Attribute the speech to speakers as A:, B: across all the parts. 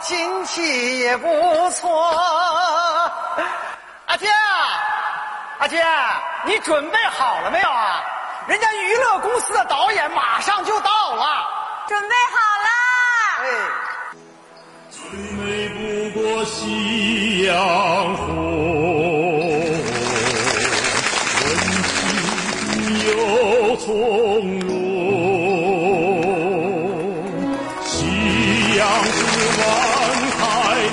A: 景气也不错。阿姐，阿姐，你准备好了没有啊？人家娱乐公司的导演马上就到了。
B: 准备好啦！
A: 哎，
C: 最美不过夕阳红，温情又从容。夕阳是晚开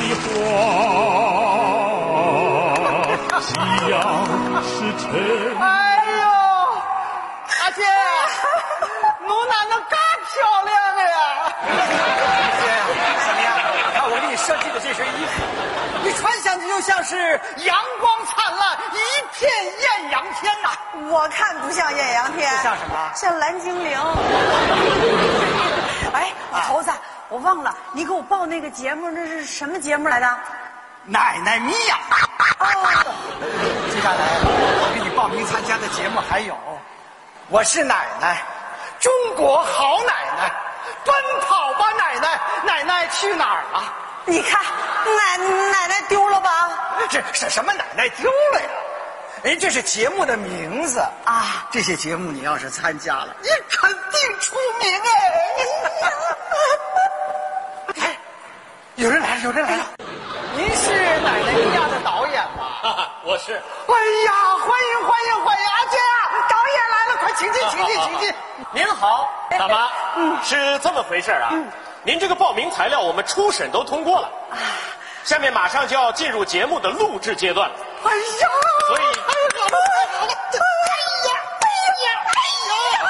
C: 的花，夕阳是晨
A: 哎呦，阿姐，奴哪能嘎漂亮的呀？
D: 怎么样？看我给你设计的这身衣服，
A: 你穿上去就像是阳光灿烂，一片艳阳天呐、
B: 我看不像艳阳天，
D: 像什么
B: 像蓝精灵。哎，头子，我忘了，你给我报那个节目，那是什么节目来的？
D: 奶奶咪呀！
B: 哦，
D: 接下来我给你报名参加的节目还有，我是奶奶，
A: 中国好奶奶，奔跑吧奶奶，奶奶去哪儿了？
B: 你看，奶奶奶丢了吧？
D: 这是什么奶奶丢了呀？哎，这是节目的名字
B: 啊
D: 啊！这些节目你要是参加了，你肯定出名哎！哎，有人来了，有人来了！
A: 哎您是奶奶一家的导演吧？
C: 我是
A: 哎呀，欢迎欢迎欢迎！阿姐啊，导演来了，快请进，哎请进，请进。 哎嗯
C: 您好，大妈，是这么回事儿啊。您这个报名材料我们初审都通过了，
A: 啊
C: 下面马上就要进入节目的录制阶段了。
A: 哎呀，
C: 所以
A: 哎呀，好了，哎呀，哎呀，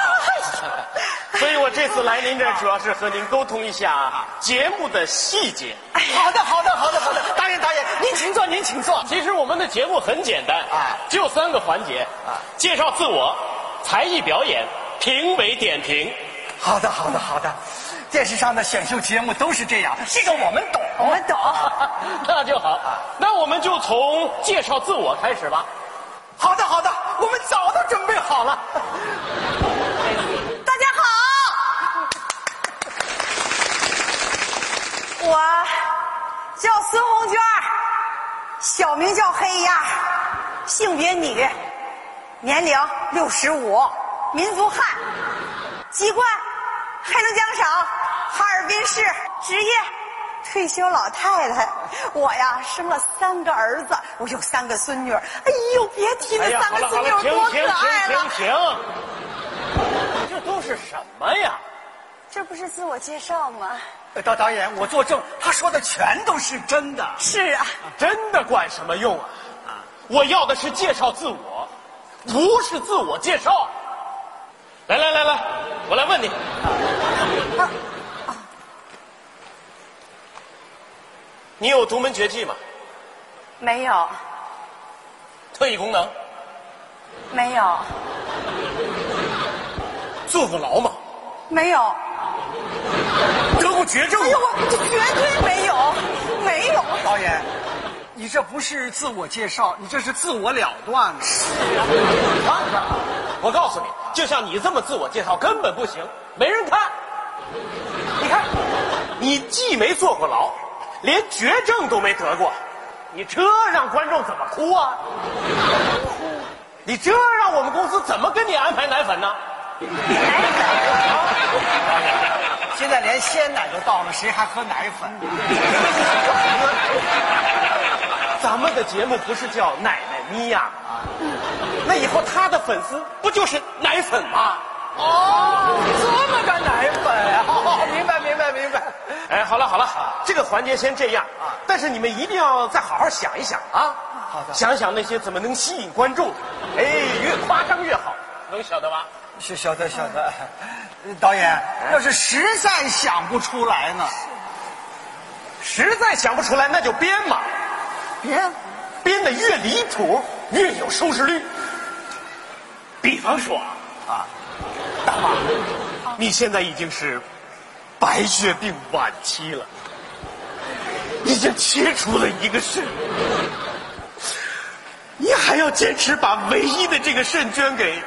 A: 哎呀，
C: 所以我这次来您这儿主要是和您沟通一下啊节目的细节。
A: 哎呀！好的，好的，好的，好的，导演导演，您请坐，您请坐。
C: 其实我们的节目很简单
A: 啊
C: 啊，只有三个环节啊：介绍自我、才艺表演、评委点评。
A: 好的，好的，好的。电视上的选秀节目都是这样，这个我们懂。
B: 我们 懂。
C: 那就好，
A: 啊
C: 那我们就从介绍自我开始吧。
A: 好的，好的，我们早都准备好了。
B: 大家好，我叫孙红娟儿，小名叫黑鸭，性别女，年龄六十五，民族汉，籍贯黑龙江省哈尔滨市，职业退休老太太。我呀，生了三个儿子，我有三个孙女儿。哎呦，别提那 三
C: 好
B: 个
C: 了
B: 孙
C: 好
B: 女
C: 了
B: 儿，
C: 停
B: 多
C: 停
B: 可爱了
C: 停。停停，这都是什么呀？
B: 这不是自我介绍吗？
A: 导哎导演，我作证，他说的全都是真的。
B: 是啊，
C: 真的管什么用啊？啊，我要的是介绍自我，不是自我介绍。啊来来来来，我来问你，你有独门绝技吗？
B: 没有，
C: 特异功能？
B: 没有，
C: 坐过牢吗？
B: 没有。
C: 得过绝症
B: 哎呦，我这绝对没有，没有。
A: 导演，你这不是自我介绍，你这是自我了断啊了。
C: 啊我告诉你，就像你这么自我介绍根本不行，没人看。你看，你既没坐过牢，连绝症都没得过，你这让观众怎么哭啊？ 你这让我们公司怎么给你安排奶粉呢？
A: 现在连鲜奶都到了，谁还喝奶粉？
C: 咱们的节目不是叫奶奶咪呀啊？那以后他的粉丝不就是奶粉吗？
A: 哦，这么个奶粉啊！ 哦明白，明白，明白。
C: 哎，好了好了，这个环节先这样啊，但是你们一定要再好好想一想啊，好的，想想那些怎么能吸引观众的，哎，越夸张越好，能晓得吗？
A: 是晓得，晓得。导演，要是实在想不出来呢？
C: 实在想不出来，那就编嘛，
A: 别，
C: 编的越离谱越有收视率。比方说啊，大妈，你现在已经是白血病晚期了，已经切除了一个肾，你还要坚持把唯一的这个肾捐给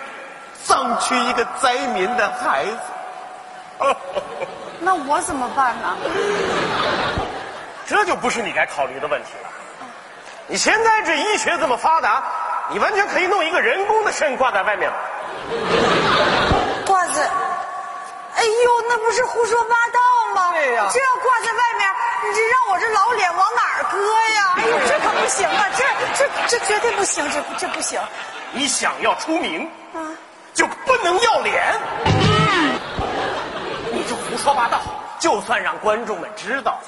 C: 藏区一个灾民的孩子。
B: 那我怎么办呢？
C: 这就不是你该考虑的问题了。你现在这医学这么发达，你完全可以弄一个人工的肾挂在外面了。
B: 挂在，哎呦，那不是胡说八道吗？
A: 对呀
B: 这要挂在外面，你这让我这老脸往哪儿搁呀？哎呦，这可不行啊！这这这绝对不行，这这不行。
C: 你想要出名，就不能要脸。你就胡说八道，就算让观众们知道了，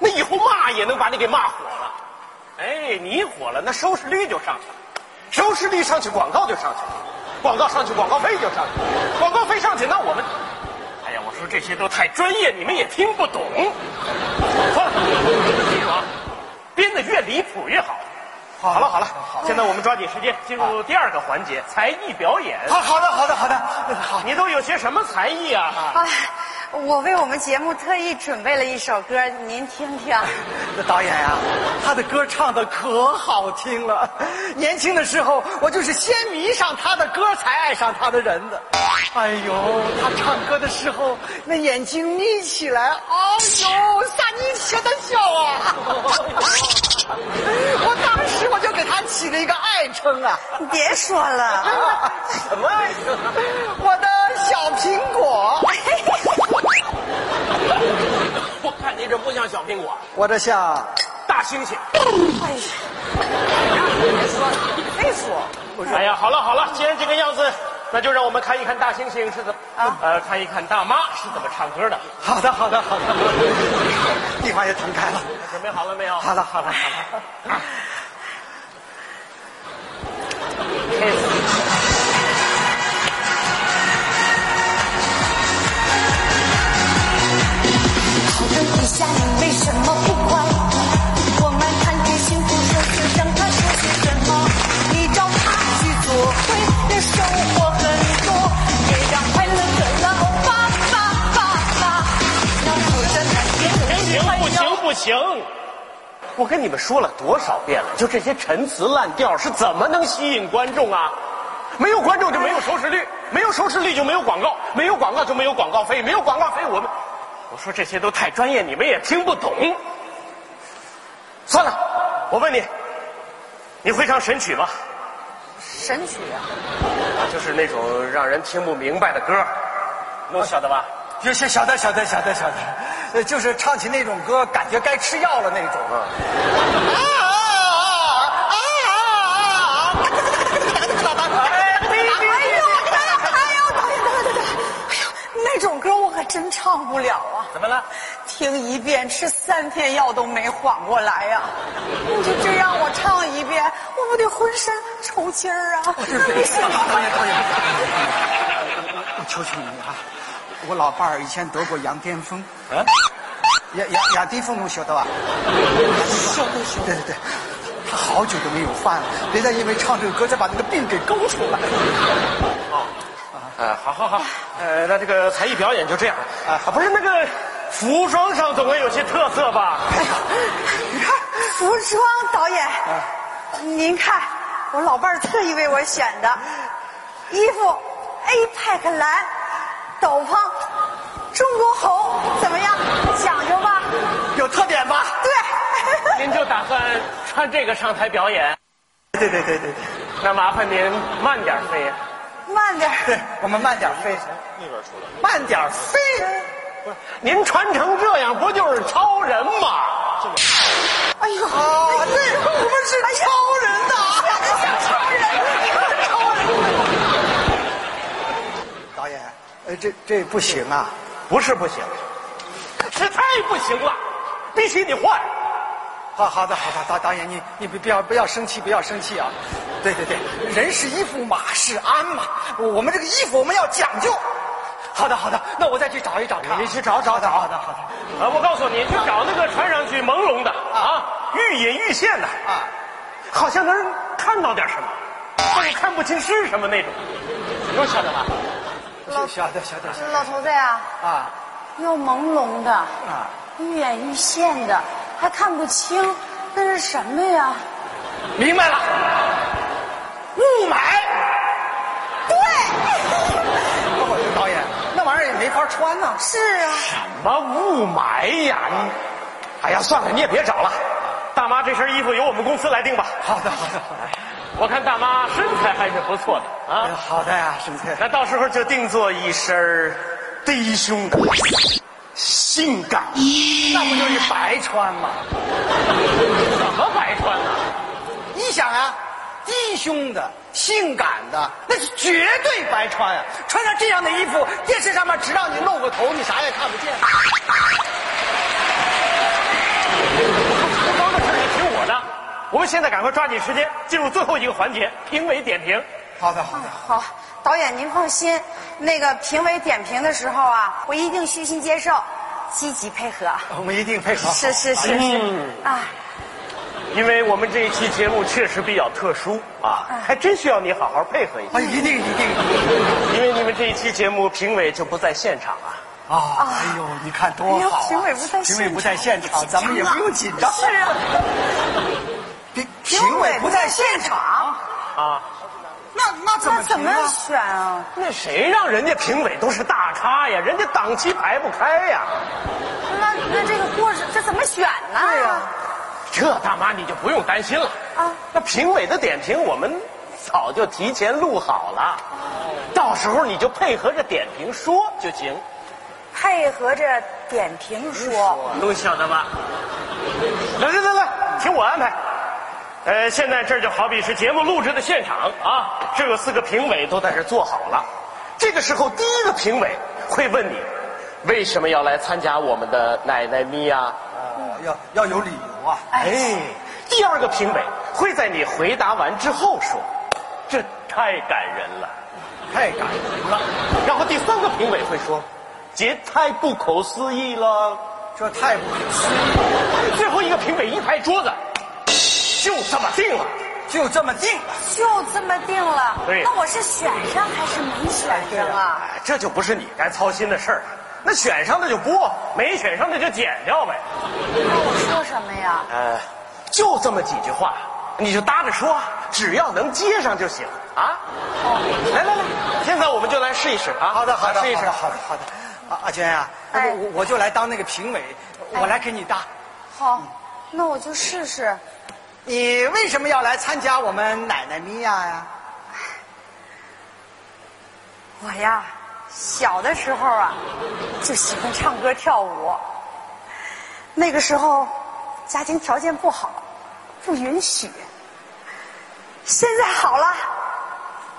C: 那以后骂也能把你给骂火了。哎，你火了，那收视率就上去了，收视率上去，广告就上去了，广告上去，广告费就上去了，广告费上去，那我们，哎呀，我说这些都太专业，你们也听不懂。算了，记住啊，编的越离谱越好。好了好了，现在我们抓紧时间进入第二个环节，才艺表演。
A: 好好的，好的，好的， 好。
C: 你都有些什么才艺啊？
B: 哎，我为我们节目特意准备了一首歌，您听听。
A: 那导演啊，他的歌唱的可好听了。年轻的时候，我就是先迷上他的歌，才爱上他的人的。哎呦，他唱歌的时候，那眼睛眯起来，哎呦，撒尼切的笑啊！ 我当时我就给他起了一个爱称啊，
B: 你别说了，
C: 什么？
A: 我的小苹果，
C: 我看你这不像小苹果，
A: 我的小。
C: 大猩猩。
B: 哎呀，别说了，你别说。
C: 哎呀，好了好了，既然这个样子，那就让我们看一看大猩猩是怎么
B: 啊
C: 呃，看一看大妈是怎么唱歌的。
A: 好的，好的，好的， 地方也腾开了。
C: 准备好了没有？
A: 好了，好了，好了。
E: 好的一下，你为什么不管？我们看着幸福手指，让他说些什么？你让他去做，会的收获很多，也让快乐可乐哦吧吧吧吧。那苦的难甜的
C: 不行
E: 快
C: 不
E: 乐
C: 行。不行！我跟你们说了多少遍了，就这些陈词滥调是怎么能吸引观众啊？没有观众就没有收视率，没有收视率就没有广告，没有广告就没有广告费，没有广告费我们，我说这些都太专业，你们也听不懂。算了，我问你，你会唱神曲吗？
B: 神曲啊，
C: 就是那种让人听不明白的歌，能晓得吧？
A: 就小小的，小的，小的，小的，呃，就是唱起那种歌，感觉该吃药了那种。
D: 嗯
B: 哎呦，哎呦，导演，导演，导演，导演，哎呦，那种歌我可真唱不了啊。
C: 怎么了？
B: 听一遍，吃三天药都没缓过来呀、你就这让我唱一遍，我不得浑身抽筋儿啊！为什么？
D: 我 求求你啊！我老伴儿以前得过羊癫疯，
A: 嗯
C: 啊？
D: 亚亚亚低疯，侬晓 得吧？晓得晓得。对对对，他好久都没有犯了，别再因为唱这个歌再把那个病给勾出来。
C: 呃，好好好，呃，那这个才艺表演就这样了啊，不是那个服装上总会有些特色吧？
B: 服装导演，您看，我老伴儿特意为我选的衣服 A pack 蓝，斗篷中国红，怎么样？讲究吧？
A: 有特点吧？
B: 对。
C: 您就打算穿这个上台表演？
A: 对对对对对，
C: 那麻烦您慢点飞。
B: 慢点儿，
A: 对 我们慢点飞，慢点飞。
C: 您穿成这样，不就是超人吗？
B: 哎
A: 哦
B: 呦，哎啊，对，我们是超人呐！像超人，超人。
D: 导演，呃，这这不行啊！
C: 不是不行，是太不行了，必须你换。
D: 好好的好的，导导演你你不不要不要生气不要生气啊！
A: 对对对，人是衣服，马是鞍嘛。我们这个衣服我们要讲究。好的好的，那我再去找一找看。
C: 你去找找找
A: 好的好的。
C: 啊，我告诉你，去找那个穿上去朦胧的啊，欲隐欲现的啊，好像能看到点什么，但是看不清是什么那种，能晓得吧？
A: 好的晓得晓得晓
B: 老头子呀，
A: 得啊
B: 又朦胧的，
A: 啊！
B: 愈远愈现的，还看不清，那是什么呀？
C: 明白了，雾霾。
D: 我说导演，那玩意儿也没法穿呢、
B: 是啊，
C: 什么雾霾呀？哎呀，算了，你也别找了，大妈这身衣服由我们公司来定吧。
A: 好的，好的，好的。
C: 我看大妈身材还是不错的
A: 哎呀
C: 啊，
A: 好的呀、沈翠。
C: 那到时候就定做一身儿低胸的，性感，
A: 那不就是白穿吗？
C: 怎么白穿啊呢？
A: 你想啊，低胸的、性感的，那是绝对白穿啊！穿上这样的衣服，电视上面只让你露个头，你啥也看不见。
C: 不光的事儿你听我的，我们现在赶快抓紧时间进入最后一个环节——评委点评。
A: 好的，好的。
B: 好，导演您放心，那个评委点评的时候啊，我一定虚心接受，积极配合。
A: 我们一定配合。
B: 是是
A: 哎
B: 是是，
A: 嗯
B: 啊，
C: 因为我们这一期节目确实比较特殊啊，
A: 哎
C: 还真需要你好好配合一下
A: 啊，。一定一定。
C: 因为你们这一期节目评委就不在现场啊，
A: 啊，哎呦，你看多好、啊！
B: 哎呦评委不在现场
A: 评委不在现场，咱们也不用紧张。
B: 是啊，
A: 评评委不在现场，
C: 啊，
A: 那那怎么评
B: 那怎么
A: 啊？
B: 选啊？
C: 那谁让人家评委都是大咖呀？人家档期排不开呀。
B: 那那这个过程这怎么选呢？对呀、
C: 这大妈你就不用担心了
B: 啊
C: 啊，那评委的点评我们早就提前录好了，到时候你就配合着点评说就行。
B: 配合着点评说，
C: 能想到吧？来来来来，听我安排。呃，现在这就好比是节目录制的现场啊，这有四个评委都在这坐好了。这个时候，第一个评委会问你，为什么要来参加我们的奶奶咪啊呀、
A: 哦，要要有理由啊！
C: 哎，第二个评委会在你回答完之后说，这太感人了，
A: 太感人了，
C: 然后第三个评委会说，这太不可思议了。
A: 这太不
C: 最后一个评委一拍桌子，就这么定了。
A: 就这么定了。
B: 就这么定了。
C: 对
B: 那我是选上还是没选上啊？
C: 哎，这就不是你该操心的事儿了。那选上的就播，没选上的就剪掉呗。
B: 那我说什么呀？
C: 呃，就这么几句话，你就搭着说，只要能接上就行啊。哦，来来来，现在我们就来试一试啊。
A: 好的，好的，
C: 试一
A: 好
C: 试
A: 的，。好的，好的。啊，阿娟啊，
B: 哎
A: 那我我就来当那个评委，我来给你搭。
B: 好，那我就试试。
A: 你为什么要来参加我们奶奶咪呀呀？
B: 我呀，小的时候啊，就喜欢唱歌跳舞。那个时候，家庭条件不好，不允许。现在好了，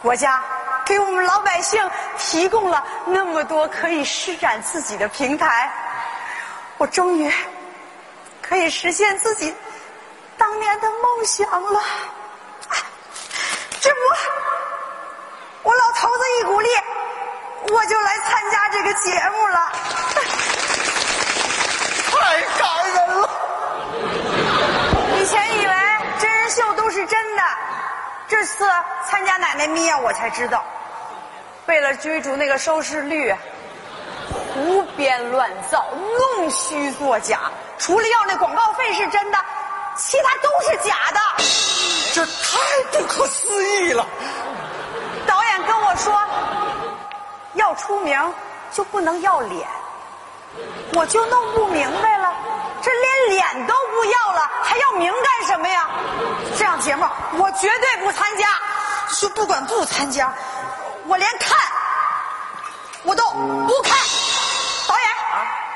B: 国家给我们老百姓提供了那么多可以施展自己的平台，我终于可以实现自己当年的梦想了。啊这不。我老头子一鼓励，我就来参加这个节目了。
A: 太感人了！
B: 以前以为真人秀都是真的，这次参加奶奶咪呀，我才知道，为了追逐那个收视率，胡编乱造、弄虚作假，除了要那广告费是真的，其他都是假的。
A: 这太不可思议了。
B: 导演跟我说，要出名就不能要脸，我就弄不明白了，这连脸都不要了，还要名干什么呀？这样节目我绝对不参加，就不管不参加，我连看我都不看。导演，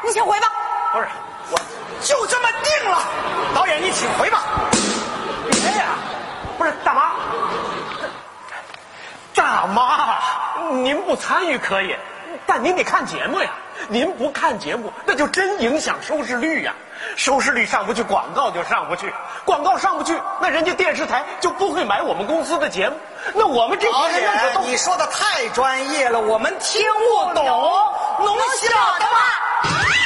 B: 你请回吧。
C: 不是，我
A: 就这么定了。导演，你请回吧。
C: 别呀、不是大妈，大妈，您不参与可以，但您得看节目呀。您不看节目，那就真影响收视率呀、收视率上不去，广告就上不去，广告上不去，那人家电视台就不会买我们公司的节目，那我们这
A: 导
C: 些人那可
A: 演，
C: 都
A: 哎你说的太专业了，我们听不懂，
B: 能
A: 能
B: 晓
A: 晓
B: 得
A: 得吗？
B: 吗？